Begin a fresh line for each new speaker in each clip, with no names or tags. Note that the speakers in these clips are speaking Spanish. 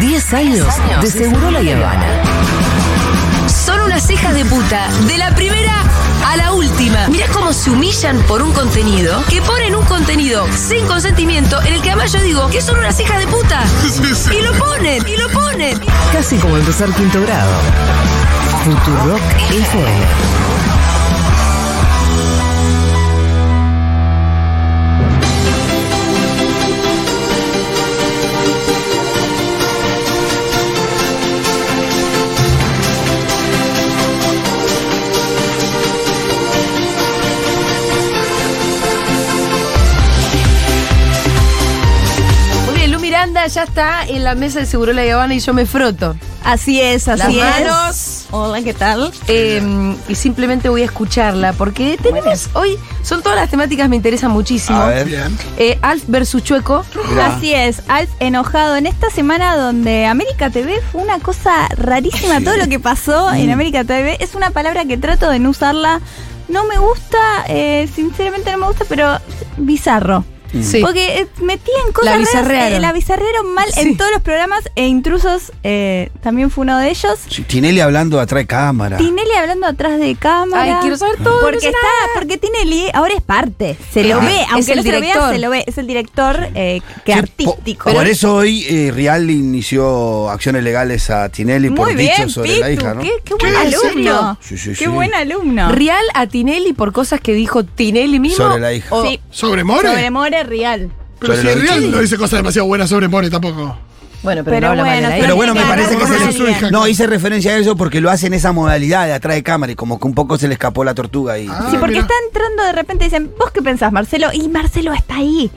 10 años, de seguro la Habana. Son unas cejas de puta, de la primera a la última. Mirá cómo se humillan por un contenido, que ponen un contenido sin consentimiento, en el que además yo digo que son unas cejas de puta. Y lo ponen, y lo ponen.
Casi como empezar quinto grado. Futurock FM.
Muy bien, Lu Miranda ya está en la mesa de Seguro La Habana y yo me froto.
Así es, así
Las
es.
manos.
Hola, ¿qué tal?
Eh, y simplemente voy a escucharla porque tenemos hoy, son todas las temáticas me interesan muchísimo.
A ver.
Eh, Alf versus Chueco.
Así es, Alf enojado en esta semana donde América TV fue una cosa rarísima, todo lo que pasó en América TV es una palabra que trato de no usarla, no me gusta, eh, sinceramente no me gusta, pero bizarro.
Sí.
Porque eh, metían cosas
La
raras,
bizarrearon.
eh, la bizarrearon mal
Sí.
en todos los programas e Intrusos eh, también fue uno de ellos.
Sí, Tinelli hablando atrás de cámara.
Tinelli hablando atrás de cámara.
Ay, quiero saber todo, no sé
Porque está, porque Tinelli ahora es parte. Se lo
Ah,
ve,
es
aunque
el
no se lo vea,
director.
se lo ve. Es el director eh, que
Sí,
artístico.
Por, por eso hoy eh, Rial inició acciones legales a Tinelli por
Muy bien,
dicho sobre la
Pitu,
hija, ¿no?
qué, qué
Qué
buen
buen
alumno.
alumno.
Sí, sí,
Qué
sí.
buen alumno.
Real a Tinelli por cosas que dijo Tinelli mismo.
Sobre la hija.
O-
Sí.
¿Sobre More?
Sobre More Real.
pero
Sobre
si
lo
el
de
Real
Chile.
no dice cosas demasiado buenas sobre More tampoco.
Bueno, pero,
Pero
no habla mal de
bueno,
la hija.
Pero bueno, me
Claro,
parece que
por
se
eso su
le...
hija.
No, hice referencia a eso porque lo hace en esa modalidad de atrás de cámara y como que un poco se le escapó la tortuga y...
Ah.
Sí, porque
mira.
está entrando de repente y dicen, ¿vos qué pensás, Marcelo? Y Marcelo está ahí.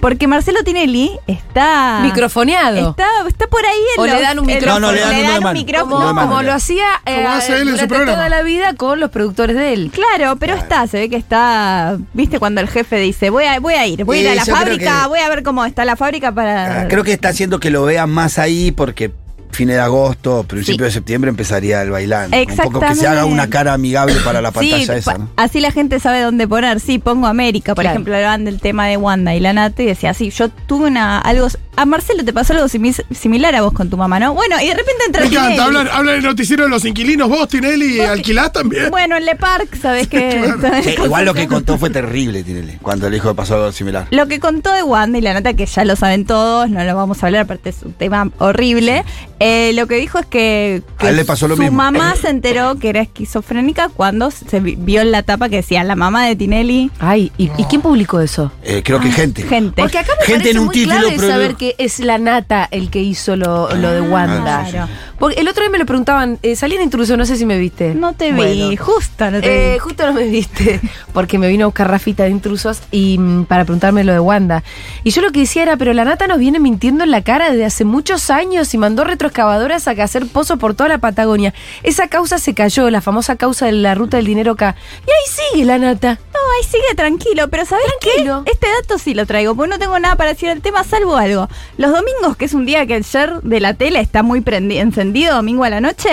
Porque Marcelo Tinelli está.
Ah. Microfoneado.
Está, está por ahí en
O le
los-
dan un
en los-
micrófono.
No, no, le dan uno de mano.
micrófono.
como,
No, Manu,
como
ya.
lo hacía eh,
Como hace él en su
durante
programa.
toda la vida con los productores de él.
Claro, pero está, se ve que está, viste cuando el jefe dice, voy a, voy a ir, voy a ir
Eh,
a la
yo creo
fábrica,
que-
voy a ver cómo está la fábrica para...
Ah, Creo que está haciendo que lo vean más ahí porque fines de agosto, principio de septiembre empezaría el bailando. Un poco que se haga una cara amigable para la
Sí,
pantalla esa,
pa-
¿no?
así la gente sabe dónde poner. Sí, pongo América, por
Claro.
ejemplo, hablaban del tema de Wanda y la Nati y decía, sí, yo tuve una algo, a Marcelo te pasó algo simi- similar a vos con tu mamá, ¿no? Bueno, y de repente entra
Me
Tinelli.
encanta, hablan, hablan el noticiero de los inquilinos, vos, Tinelli, alquilás también.
Bueno, en Le Parc, ¿sabés qué?
Claro.
¿Sabés
Sí,
cómo
igual lo
se
que
llama?
contó fue terrible, Tinelli, cuando el hijo pasó algo similar.
Lo que contó de Wanda y la nota que ya lo saben todos, no lo vamos a hablar, aparte es un tema horrible. eh, lo que dijo es que, que
A él le pasó lo
su
mismo.
mamá se enteró que era esquizofrénica cuando se vi- vio en la tapa que decía la mamá de Tinelli.
Ay, ¿y, y quién publicó eso?
Eh, creo que gente.
Ah, Gente.
Porque acá me
Gente
parece
en un
muy
título,
clave
pero-
saber que es la nata el que hizo lo, lo
Ah,
de Wanda.
Claro.
Porque el otro día me lo preguntaban, eh, salí en intruso, no sé si me viste.
No te vi,
Bueno.
justo no te
Eh,
vi.
justo no me viste, porque me vino a buscar Rafita de intrusos y mm, para preguntarme lo de Wanda. Y yo lo que decía era, pero la nata nos viene mintiendo en la cara desde hace muchos años y mandó retroexcavadoras a hacer pozo por toda la Patagonia. Esa causa se cayó, la famosa causa de la ruta del dinero acá. Y ahí sigue la nata.
No, ahí sigue tranquilo, pero ¿sabés
Tranquilo.
qué? Este dato sí lo traigo, porque no tengo nada para decir al tema, salvo algo. Los domingos, que es un día que el share de la tele está muy prendi- encendido, domingo a la noche.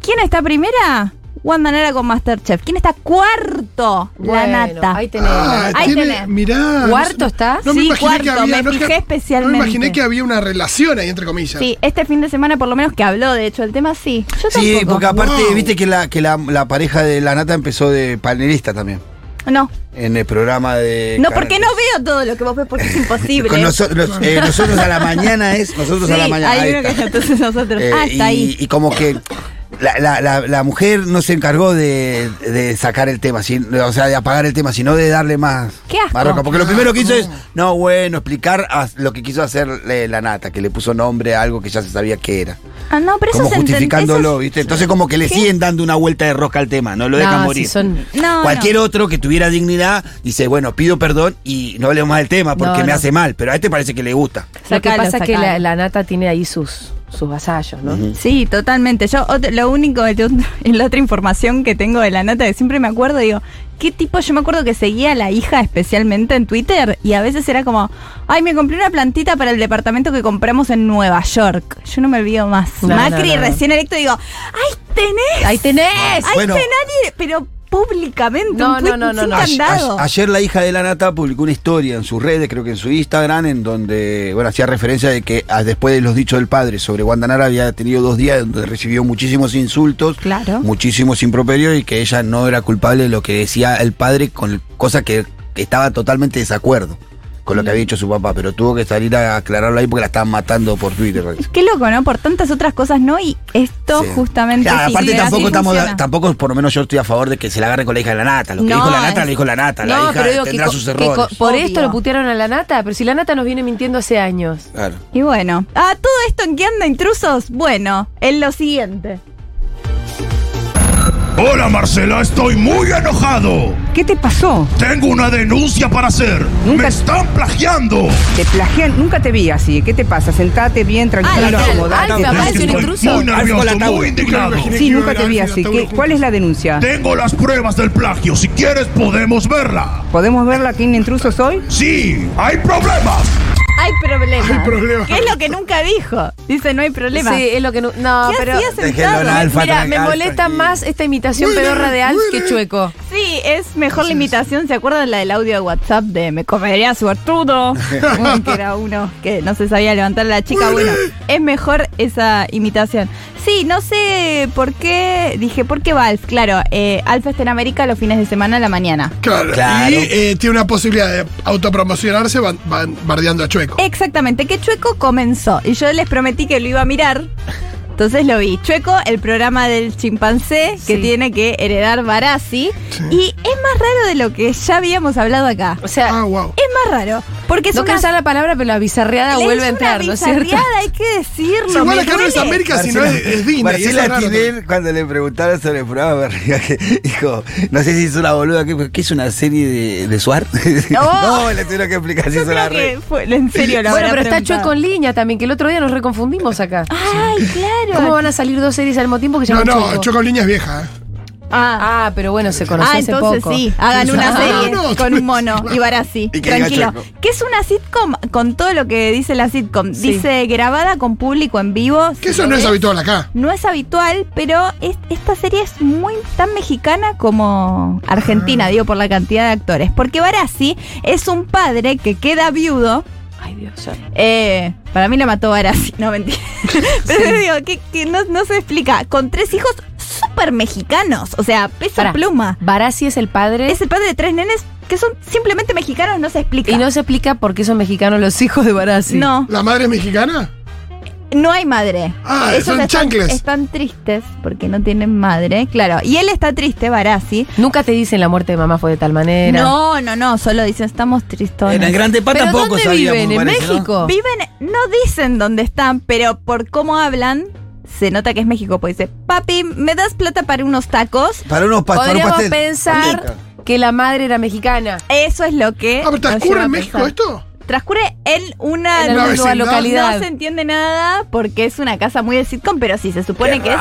¿Quién está primera? Wanda Nara con Masterchef. ¿Quién está cuarto? la
Bueno,
nata.
Ahí tenés.
Ah,
Ahí
tiene-
tenés.
mirá.
Ah, ¿Cuarto está?
No me
Sí,
imaginé que
cuarto,
había,
me
no, es que-
fijé especialmente.
No me imaginé que había una relación ahí, entre comillas.
Sí, este fin de semana por lo menos que habló, de hecho, el tema sí. Yo
Sí,
tampoco.
porque aparte,
Wow.
viste que, la, que la, la pareja de la nata empezó de panelista también.
No,
En el programa de.
no, porque no veo todo lo que vos ves porque es imposible.
Eh, Con nosotros, eh, nosotros a la mañana es. Nosotros
Sí,
a la mañana.
hay
ahí
uno que
está.
entonces nosotros.
Eh,
ah, está
y,
ahí.
y como que. La, la- la- la mujer no se encargó de, de sacar el tema, sin- o sea, de apagar el tema, sino de darle más
Qué asco.
marroca. Porque lo primero que hizo es, no, bueno, explicar a- lo que quiso hacer eh, la nata, que le puso nombre a algo que ya se sabía que era.
Ah, no, pero
como
eso se enten-
justificándolo,
eso es-
¿viste? Entonces como que le siguen dando una vuelta de rosca al tema, no lo dejan
No,
morir.
si son-
No,
Cualquier
no.
otro que tuviera dignidad dice, bueno, pido perdón y no hablemos más del tema porque
No,
me
no.
hace mal, pero a este parece que le gusta.
Lo que
Sacalo,
pasa es que la,
sacalo.
la nata tiene ahí sus, sus vasallos, ¿no?
Sí, totalmente. Yo ot- lo único, en la otra información que tengo de la nata, que siempre me acuerdo, digo, ¿qué tipo? Yo me acuerdo que seguía a la hija especialmente en Twitter y a veces era como, ay, me compré una plantita para el departamento que compramos en Nueva York. Yo no me olvido más.
No,
Macri
no, no.
recién electo digo, ay, tenés,
¡Ahí tenés!
ay,
Bueno.
tenés, nadie, pero públicamente.
No,
un tweet
no, no, no,
sin
no.
candado.
A- ayer la hija de la nata publicó una historia en sus redes, creo que en su Instagram, en donde bueno, hacía referencia de que ah, después de los dichos del padre sobre Guandanara había tenido dos días donde recibió muchísimos insultos,
Claro.
muchísimos improperios y que ella no era culpable de lo que decía el padre con cosa que estaba totalmente desacuerdo con lo que había dicho su papá, pero tuvo que salir a aclararlo ahí porque la estaban matando por Twitter.
Qué loco, ¿no? Por tantas otras cosas, ¿no? Y esto
Sí.
justamente.
Claro,
sí, sí,
aparte
así
tampoco estamos,
funciona.
tampoco por lo menos yo estoy a favor de que se la agarre con la hija de la nata. Lo que
No,
dijo la nata,
es-
lo dijo la nata. La hija tendrá
co-
sus
que
errores.
co- por
Obvio.
esto lo putearon a la nata, pero si la nata nos viene mintiendo hace años.
Claro.
Y bueno, ¿a todo esto en qué anda intrusos? Bueno, en lo siguiente.
Hola Marcela, estoy muy enojado.
¿Qué te pasó?
Tengo una denuncia para hacer.
Nunca-
Me están plagiando.
Te plagian, nunca te vi así. ¿Qué te pasa? Sentate bien,
Ah,
tranquilo,
la-
acomodate.
Alfa,
tranquilo.
parece un
Estoy
intruso.
Muy nervioso,
Alfa, la
muy indignado.
Sí, nunca te vi así. ¿Qué- ¿Cuál es la denuncia?
Tengo las pruebas del plagio. Si quieres, podemos verla.
¿Podemos verla aquí en Intrusos hoy?
Sí, hay problemas.
Hay problemas.
Hay problemas.
¿Qué es lo que nunca dijo? Dice, no hay problema.
Sí, es lo que no. no,
¿Qué
pero.
hacías
Déjenlo en
sentado?
alfa.
Mira,
tranqui-
me
alfa,
molesta
tranqui.
más esta imitación
Muere,
pedorra de Alf
muere.
que Chueco.
Sí, es mejor la imitación. ¿Se acuerdan la del audio de WhatsApp de Me comería suertudo? Mm, que era uno que no se sabía levantar la chica. Bueno, es mejor esa imitación. Sí, no sé por qué. Dije, ¿por qué Valve? Claro, eh, Alfa está en América los fines de semana a la mañana.
Claro.
Claro.
Y eh, tiene una posibilidad de autopromocionarse van, van bardeando a
Eh,
Chueco.
Exactamente, que Chueco comenzó. Y yo les prometí que lo iba a mirar. Entonces lo vi. Chueco, el programa del chimpancé que
Sí.
tiene que heredar Barassi. Y es más raro de lo que ya habíamos hablado acá.
O sea,
Ah, wow.
Es más raro. Porque es
no
una
quiero usar la palabra, pero la bizarreada
Es
vuelve a entrar,
una
¿no es cierto?
bizarreada, hay que decirlo.
Sí, igual
me
acá no es
duele.
América, sino es, es Disney. eso es
Marcela
raro
Tinel, cuando le preguntaron sobre el programa, me reía que dijo, no sé si es una boluda, ¿qué, qué es una serie de, de Suar? no, le tuvieron que explicar si
Yo
es una
creo
red.
que fue, en serio lo
Bueno,
habrá
pero está
preguntado.
Chueco en línea también, que el otro día nos reconfundimos acá.
Ay, claro.
¿Cómo van a salir dos series al mismo tiempo que
también.
llaman
No, no,
Chueco?
Chueco en línea es vieja. ¿eh?
Ah,
Ah, pero bueno, se conoció
Ah,
hace
entonces
poco.
sí, hagan una
No,
serie
no,
con un mono y Barassi,
Y que diga
tranquilo.
Chueco.
Que es una sitcom con todo lo que dice la sitcom.
Sí.
Dice grabada con público en vivo.
Que
Si
eso
lo
no es
ves,
habitual acá.
No es habitual, pero es- esta serie es muy tan mexicana como argentina, digo, por la cantidad de actores. Porque Barassi es un padre que queda viudo.
Ay, Dios, ya.
Eh, para mí la mató Barassi, no mentira. Pero digo, que, que no, no se explica. Con tres hijos súper mexicanos, o sea, peso
Pará.
pluma.
Barassi es el padre
Es el padre de tres nenes que son simplemente mexicanos, no se explica.
y no se explica por qué son mexicanos los hijos de Barassi.
no,
¿La madre es mexicana?
no hay madre.
Ah, son
están,
chancles.
están tristes porque no tienen madre, claro. Y él está triste, Barassi.
Nunca te dicen la muerte de mamá fue de tal manera.
No, no, no, solo dicen estamos tristones.
En el Grande Pata
¿Pero
tampoco
dónde
sabíamos,
viven?
me
¿En
parece, ¿no?
México?
Viven, no dicen dónde están, pero por cómo hablan, se nota que es México, pues dice, papi, ¿me das plata para unos tacos?
Para unos pas- para un
Podríamos
pastel.
pensar
También.
que la madre era mexicana.
Eso es lo que.
Ah, pero
nos
transcurre
lleva a
en México
pensar.
esto.
Transcurre en una.
En
Una
alguna
vecindad.
localidad.
No se entiende nada porque es una casa muy de sitcom, pero sí, se supone que es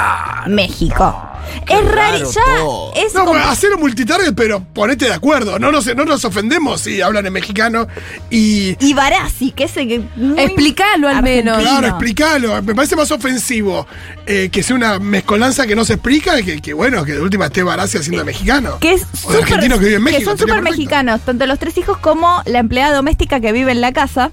México. Es raro,
raro
ya.
todo.
Es
No,
como-
pero hacer un multitarget, pero ponete de acuerdo. No nos, no nos ofendemos si hablan en mexicano. Y.
Y Barassi, que es el que. muy-
Explicalo al
Argentino.
menos.
Claro, explícalo. Me parece más ofensivo eh, que sea una mezcolanza que no se explica que, que, bueno, que de última esté Barassi
Eh,
haciendo mexicano.
Que es
O de
súper-
argentino que vive en México.
que son
sería
súper
perfecto.
mexicanos, tanto los tres hijos como la empleada doméstica que vive en la casa,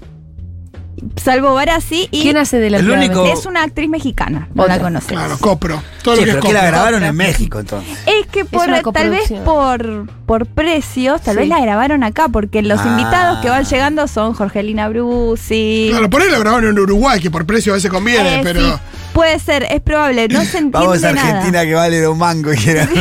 salvo Barassi. Y
¿Quién hace de la
El
primera
único-
vez?
Es una actriz mexicana, no
Otra.
la conoces.
Claro, copro. Todo
Sí,
lo
pero
que es
que
copro.
la grabaron en México entonces.
Es que por,
una
tal vez
coproducción.
por, por precios, tal
Sí.
vez la grabaron acá, porque los
Ah.
invitados que van llegando son Jorgelina Brusi.
Claro, por ahí la grabaron en Uruguay, que por precio a veces conviene,
Eh,
pero.
sí, puede ser, es probable, no se entiende
Vamos a Argentina
nada.
que vale dos mangos. que era, ¿no?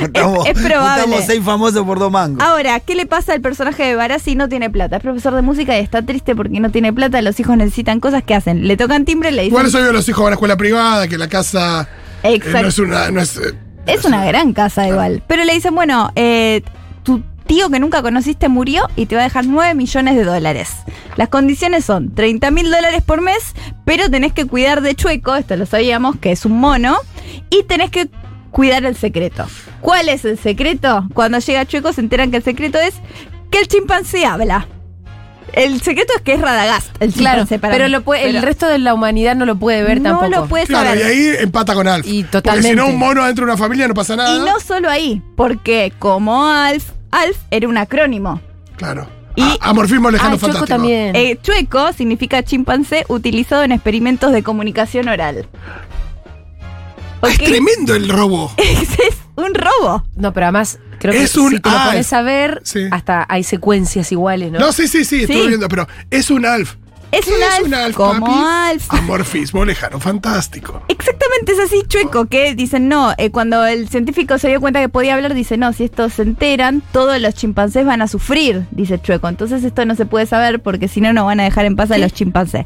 Juntamos-
es probable.
juntamos seis famosos por dos mangos.
Ahora, ¿qué le pasa al personaje de Barassi? No tiene plata. Es profesor de música y está triste porque no tiene plata. Los hijos necesitan cosas que hacen. Le tocan timbre y le dicen.
Igual soy de los hijos a la escuela privada, que la casa eh,
Exacto.
no es una. No es, eh,
Es una gran casa igual. Pero le dicen, bueno, eh, tu tío que nunca conociste murió y te va a dejar 9 millones de dólares. Las condiciones son 30 mil dólares por mes, pero tenés que cuidar de Chueco, esto lo sabíamos, que es un mono, y tenés que cuidar el secreto. ¿Cuál es el secreto? Cuando llega Chueco se enteran que el secreto es que el chimpancé habla. El secreto es que es Radagast. El
Claro,
chimpancé para
pero,
mí.
lo puede, el
Pero
resto de la humanidad no lo puede ver
no
tampoco.
lo puede
Claro,
saber.
y ahí empata con Alf.
Y
Porque si
totalmente.
no, un mono adentro de una familia no pasa nada.
Y no solo ahí, porque como Alf, Alf era un acrónimo.
Claro.
Y-
A- amorfismo
Ah,
lejano
el Choco
fantástico.
también.
Eh, chueco significa chimpancé utilizado en experimentos de comunicación oral.
Ah, Es
Ok,
tremendo el robo.
ese es un robo.
no, pero además, creo que
Es un
si te lo
alf.
pones a ver,
Sí.
hasta hay secuencias iguales, ¿no?
No, sí, sí, sí, estuve
Sí.
viendo, pero es un Alf.
Es
¿Qué
un Alf, como
papi?
Alf.
Amorfismo lejano fantástico.
Exactamente es así, chueco, que dicen no, eh, cuando el científico se dio cuenta que podía hablar, dice no, si estos se enteran, todos los chimpancés van a sufrir, dice chueco. Entonces esto no se puede saber porque si no, no van a dejar en paz a los chimpancés.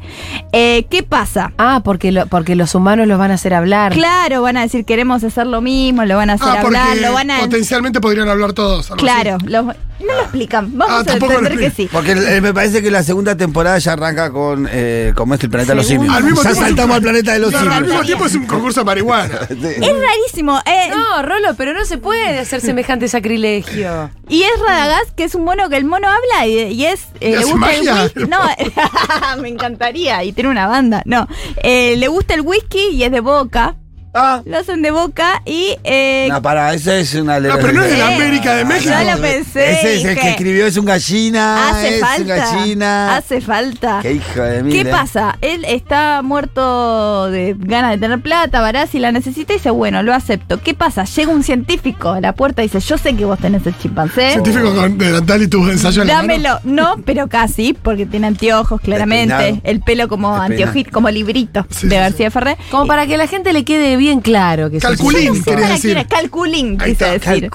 Eh, ¿Qué pasa?
Ah, porque, lo- porque los humanos los van a hacer hablar.
Claro, van a decir queremos hacer lo mismo, lo van a hacer
Ah, porque
hablar, lo van a...
potencialmente podrían hablar todos. algo
Claro, lo- no lo explican,
Ah,
vamos a
tampoco lo
entender que sí.
Porque eh, me parece que la segunda temporada ya arranca con eh, como es el planeta de los
Segunda.
simios.
Al mismo
ya
tiempo-
saltamos al planeta de los
así. Claro, al
simios.
mismo
Este,
tiempo es un concurso de marihuana.
Es rarísimo. eh,
No, Rolo, pero no se puede hacer semejante sacrilegio.
Y es Radagast, que es un mono que el mono habla y, y es. eh,
¿Y hace magia?
whisky. No, me encantaría. Y tiene una banda. No. Eh, le gusta el whisky y es de boca.
Ah,
Lo hacen de boca y. eh,
no, para, esa es una
No, pero no es de la
Eh,
América de México.
yo la pensé.
Ese es el
dije,
que escribió, es un gallina.
Hace
es un
falta.
gallina.
Hace falta.
Qué hijo de mil.
¿Qué
eh.
pasa? Él está muerto de ganas de tener plata, varás y la necesita y dice, bueno, lo acepto. ¿Qué pasa? Llega un científico a la puerta y dice, yo sé que vos tenés el chimpancé.
Científico con delantal y tu ensayo en la mano.
Dámelo, no, pero casi, porque tiene anteojos, claramente.
Despeinado.
El pelo como
Despeinado.
anteojito, como librito
Sí,
de
sí,
García Ferré.
Como para que la gente le quede bien claro que sos un
Calculín,
chico.
querés
Para
decir.
que era calculín,
Ahí
quise
está,
decir.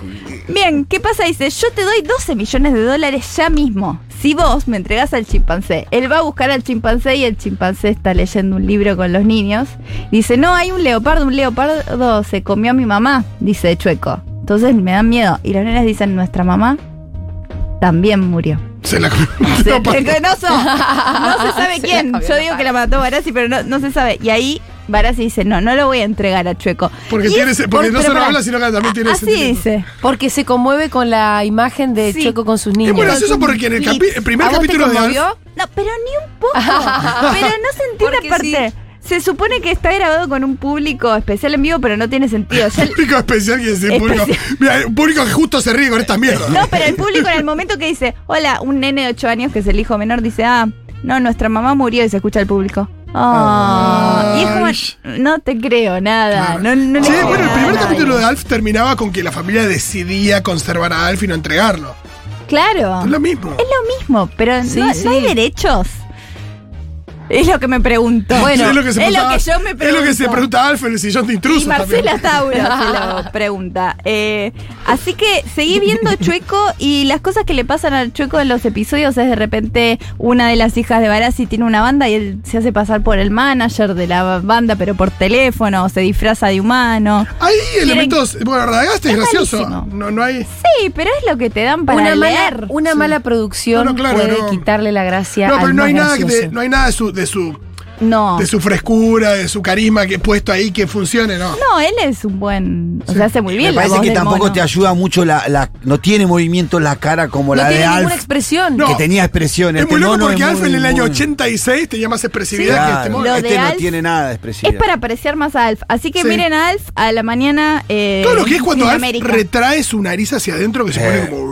Bien, ¿qué pasa? Dice, yo te doy 12 millones de dólares ya mismo. Si vos me entregás al chimpancé, él va a buscar al chimpancé y el chimpancé está leyendo un libro con los niños. Dice, no, hay un leopardo, un leopardo se comió a mi mamá, dice Chueco. Entonces me da miedo. Y las nenas dicen, nuestra mamá también murió.
Se la
Se-
no, pa-
Penoso. No se sabe
Se la
quién.
comió,
Yo
no
digo
sabe.
que la mató Barassi, pero no, no se sabe. Y ahí Barassi dice, no, no lo voy a entregar a Chueco.
Porque
Y
tiene
es
ese- porque
por-
no
pero
solo
pará.
habla, sino que también tiene
Así
sentimiento.
dice.
Porque se conmueve con la imagen de
Sí.
Checo con sus
Es
niños.
bueno eso porque en el, capi- el primer
¿A vos te
capítulo de Alf-
conmovió?
No, pero ni un poco. pero no sentí una
Porque
parte. Se supone que está grabado con un público especial en vivo, pero no tiene sentido. Ya el-
Público especial que decir público.
Especial.
Mira, el público que justo se ríe con estas mierdas.
No, pero el público en el momento que dice, hola, un nene de 8 años que es el hijo menor, dice, ah, no, nuestra mamá murió y se escucha al público. Ah. Y es como, no te creo nada. No, no le
Sí,
creo
bueno, el
nada
primer
a nadie.
capítulo de Alf terminaba con que la familia decidía conservar a Alf y no entregarlo.
Claro.
Es lo mismo.
Ah. Es lo mismo, pero
Sí,
no, no
sí.
hay derechos. Es lo que me pregunto.
Bueno,
Sí, se
es lo
preguntaba-
que yo me
Es lo que
pregunto.
se pregunta Alf en el sillón de intrusos.
Y Marcela
también.
Tauro se lo pregunta. Eh, así que seguí viendo Chueco y las cosas que le pasan al Chueco en los episodios es de repente una de las hijas de Barassi tiene una banda y él se hace pasar por el manager de la banda pero por teléfono, se disfraza de humano.
Hay elementos. Bueno, Radagast es
Es
gracioso.
malísimo.
No, no hay.
Sí, pero es lo que te dan para
una
leer.
mala, una mala producción
No, no, claro,
puede
no.
quitarle la gracia
No, pero
al
no
más
hay nada que
gracioso.
te- no hay nada de su, de su,
No.
de su frescura, de su carisma que he puesto ahí que funcione, ¿no?
No, él es un buen. O
Sí.
sea, hace muy bien
Me
la
parece
voz
que
del
tampoco
mono.
te ayuda mucho la, la- No tiene movimiento en la cara como
No
la de
tiene ninguna
Alf.
expresión.
No.
Que tenía expresiones.
Es muy
Este
loco
mono
porque
es
Alf
muy-
en el año
muy-
86 tenía más expresividad que este
Claro,
mono.
Lo de
este no
Alf
tiene nada de
Es
expresividad.
para apreciar más a Alf. Así que
Sí.
miren a Alf a la mañana. Eh,
Todo lo que es cuando
en
Alf
América.
retrae su nariz hacia adentro que se
Eh.
pone como.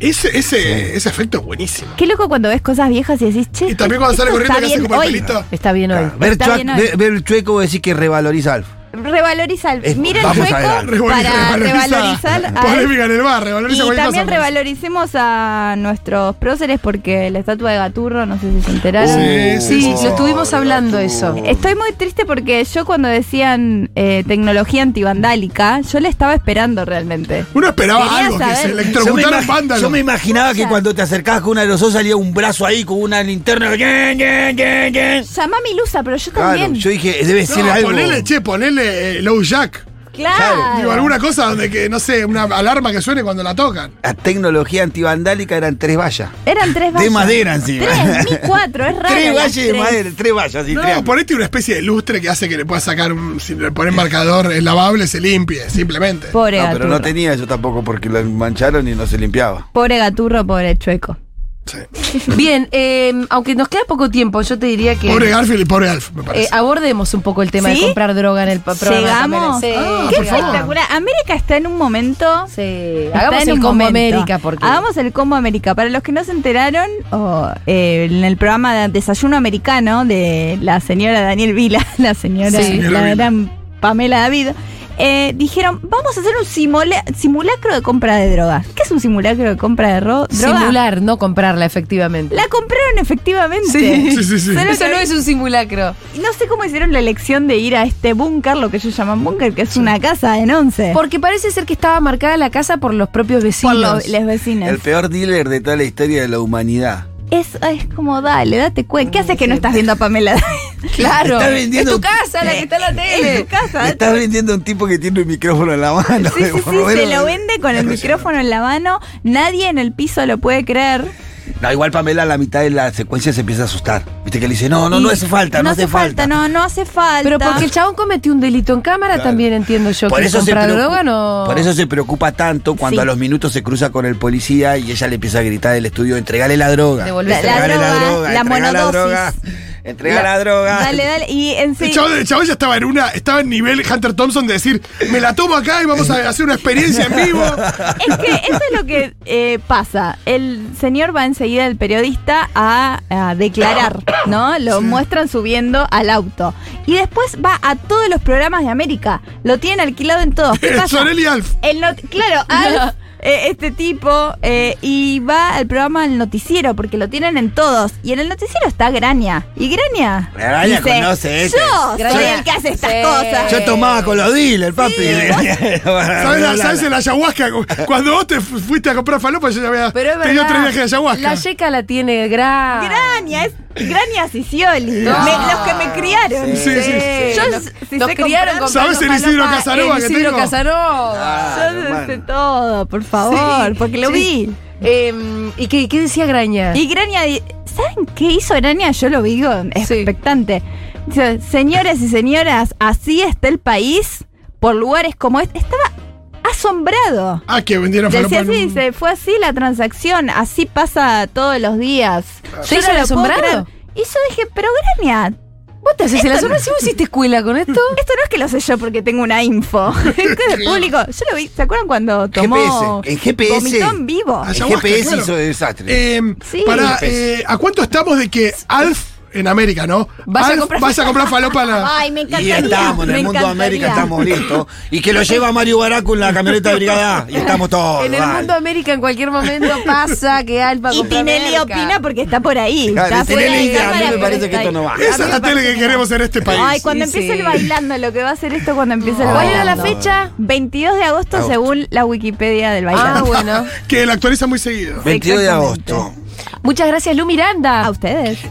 Ese, ese, ese efecto es buenísimo.
Qué loco cuando ves cosas viejas y decís, che.
Y también cuando sale
esto
corriendo
está
que hace
bien
como el
hoy.
pelito.
Está bien hoy.
Ver,
Está
chua-
bien hoy.
ver, ver el chueco voy a decir que revaloriza a Alf.
Revaloriza Alf.
Es-
Miren
vamos a
Chueco
ver,
Revaloriza,
para revalorizar a Alf.
Polémica en el bar, revaloriza
Y
cualquier
también
cosa.
revaloricemos a nuestros próceres porque la estatua de Gaturro, no sé si se enteraron.
Sí, sí,
Sí,
sí.
lo estuvimos hablando eso.
Estoy muy triste porque yo cuando decían eh, tecnología antivandálica, yo la estaba esperando realmente.
Uno esperaba
Quería
algo, que se
saber.
Yo me,
electrocutara un
imagi-
vándalo.
yo me imaginaba que cuando te acercabas con una de los dos salía un brazo ahí con una linterna. ¡Yen, yen, yen, yen!
Llamá a Milusa, pero yo
Claro,
también.
yo dije, debe ser
No,
algo.
ponele, che, ponele eh, Low Jack.
Claro.
Digo, alguna cosa donde que, no sé, una alarma que suene cuando la tocan.
La tecnología antivandálica eran tres vallas.
Eran tres vallas.
De madera encima.
Tres, ni cuatro, es raro.
tres
las
vallas de
tres.
madera, tres vallas. sí,
No,
tres.
ponete una especie de lustre que hace que le puedas sacar un. Si le pones marcador es lavable, se limpie, simplemente.
Pobre
No, pero
gaturro.
no tenía yo tampoco porque lo mancharon y no se limpiaba.
Pobre gaturro, pobre chueco.
Bien, eh, aunque nos queda poco tiempo, yo te diría que
Pobre Garfield y pobre Alf, me parece.
eh,
ah,
abordemos un poco el tema
¿Sí?
de comprar droga en el pa- programa. también.
Llegamos.
Sí,
Qué
llegamos. Ah,
espectacular. América está en un momento.
Sí,
Está
hagamos
en
el
un
combo
momento.
América porque
Hagamos el combo América. Para los que no se enteraron, o, eh, en el programa de Desayuno Americano de la señora Daniel Vila, la señora,
Sí.
Señora
la
Vila.
gran Pamela David, eh, dijeron, vamos a hacer un simula- simulacro de compra de drogas. ¿Qué es un simulacro de compra de ro- drogas?
simular, no comprarla efectivamente.
La compraron efectivamente.
Sí.
Sí, sí, sí.
Solo
Eso
que-
no es un simulacro.
y No sé cómo hicieron la elección de ir a este búnker, lo que ellos llaman búnker, que es una casa en once.
Porque parece ser que estaba marcada la casa por los propios
Por
vecinos.
los, los vecinos.
El peor dealer de toda la historia de la humanidad.
Es, es como, dale, date cuenta. ¿Qué haces que no estás viendo a Pamela?
Claro.
Está vendiendo-
Es tu casa, la que está en la
en
tele.
tu casa.
Me estás vendiendo a un tipo que tiene un micrófono en la mano.
Sí, sí, sí,
por lo
se
menos.
lo vende con el micrófono en la mano. Nadie en el piso lo puede creer.
No, igual Pamela a la mitad de la secuencia se empieza a asustar. Viste que le dice, no, no, no
Y
hace falta, no, hace falta.
No, no hace falta.
Pero porque el chabón cometió un delito en cámara también entiendo yo
Por
que
eso, se
comprar
preocu-
droga no.
por eso se preocupa tanto cuando
Sí.
a los minutos se cruza con el policía y ella le empieza a gritar del estudio, entregale la droga.
Devolvé- La- la
entregale
droga, la
entregá la
monodosis.
droga. Entrega la, droga.
Dale, dale. Y en
El
sí.
chavo, el chavo ya estaba en una, estaba en nivel Hunter Thompson de decir, me la tomo acá y vamos a hacer una experiencia en vivo.
Es que eso es lo que eh, pasa. El señor va enseguida el periodista a, a declarar, ¿no? Lo muestran subiendo al auto. Y después va a todos los programas de América. Lo tienen alquilado en todos. ¿Qué pasa?
Sorel Eh, y Alf.
El not- claro, Alf, eh, este tipo, eh, y va al programa El Noticiero, porque lo tienen en todos. Y en el noticiero está Graña. Y Graña.
Graña
dice,
conoce ese.
Yo soy
Graña.
el que hace estas
Sí.
cosas.
Yo tomaba con los dealers, papi. Ah,
¿Sabes la, sabes el ayahuasca? Cuando vos te fu- fuiste a comprar falopa, yo ya había
Pero es
tenido
verdad,
tres viajes de ayahuasca.
La yeca la tiene gra.
Graña, es Graña Sicioli.
No.
Me- los que me criaron.
Sí, sí,
sí.
Yo
nos,
s- si
nos
sé
Eh, criaron
comprar-
con
¿Sabes el Isidro Casanova que
El Isidro
tengo?
Casanova.
Yo sé todo, por favor,
Sí,
porque lo
sí.
vi.
Eh, ¿Y qué, qué decía Graña?
Y Grania, di- ¿saben qué hizo Grania? Yo lo digo, es
Sí.
expectante. Dice, señores y señoras, así está el país por lugares como este. Estaba asombrado.
Ah, que vendieron falopa.
Decía
en
así,
mm.
un-
dice, fue así la transacción, así pasa todos los días.
¿Se
Yo
hizo el
lo puedo
asombrado?
creer. Y yo dije, pero Grania,
¿Vos te haces el asombro? ¿Sí vos hiciste escuela con esto?
esto no es que lo sé yo porque tengo una info. Esto es de público. Yo lo vi, ¿se acuerdan cuando tomó
GPS, en GPS.
vomitó en vivo?
Ay,
El
Ayahuasca,
GPS
claro.
hizo desastre.
Eh,
Sí.
Para, eh, ¿a cuánto estamos de que Alf en América, no?
Vas a
Alf,
comprar-
vas a comprar falopa. en la-
Ay, me
y
encantaría.
estamos en
me
el mundo
encantaría.
América, estamos listos. Y que lo lleva Mario Baracu en la camioneta de Brigada A. Y estamos todos.
en el
dale.
mundo América en cualquier momento pasa que Alfa
Y Tinelli opina porque está por ahí.
Claro,
está
y Tinelli
fuera de
dice, a
cámara,
mí me
pero
parece
está
que esto
ahí.
no va.
Esa es la tele que queremos en este país.
Ay, cuando
Sí,
empiece
sí.
el bailando, lo que va a hacer esto cuando empiece el
Ay,
¿Cuál era la
bailando.
fecha?
22 de agosto,
Agosto.
según la Wikipedia del
Ah,
bailando.
bueno.
Que la actualiza muy seguido.
22 de
Exactamente.
agosto.
Muchas gracias, Lu Miranda.
A ustedes.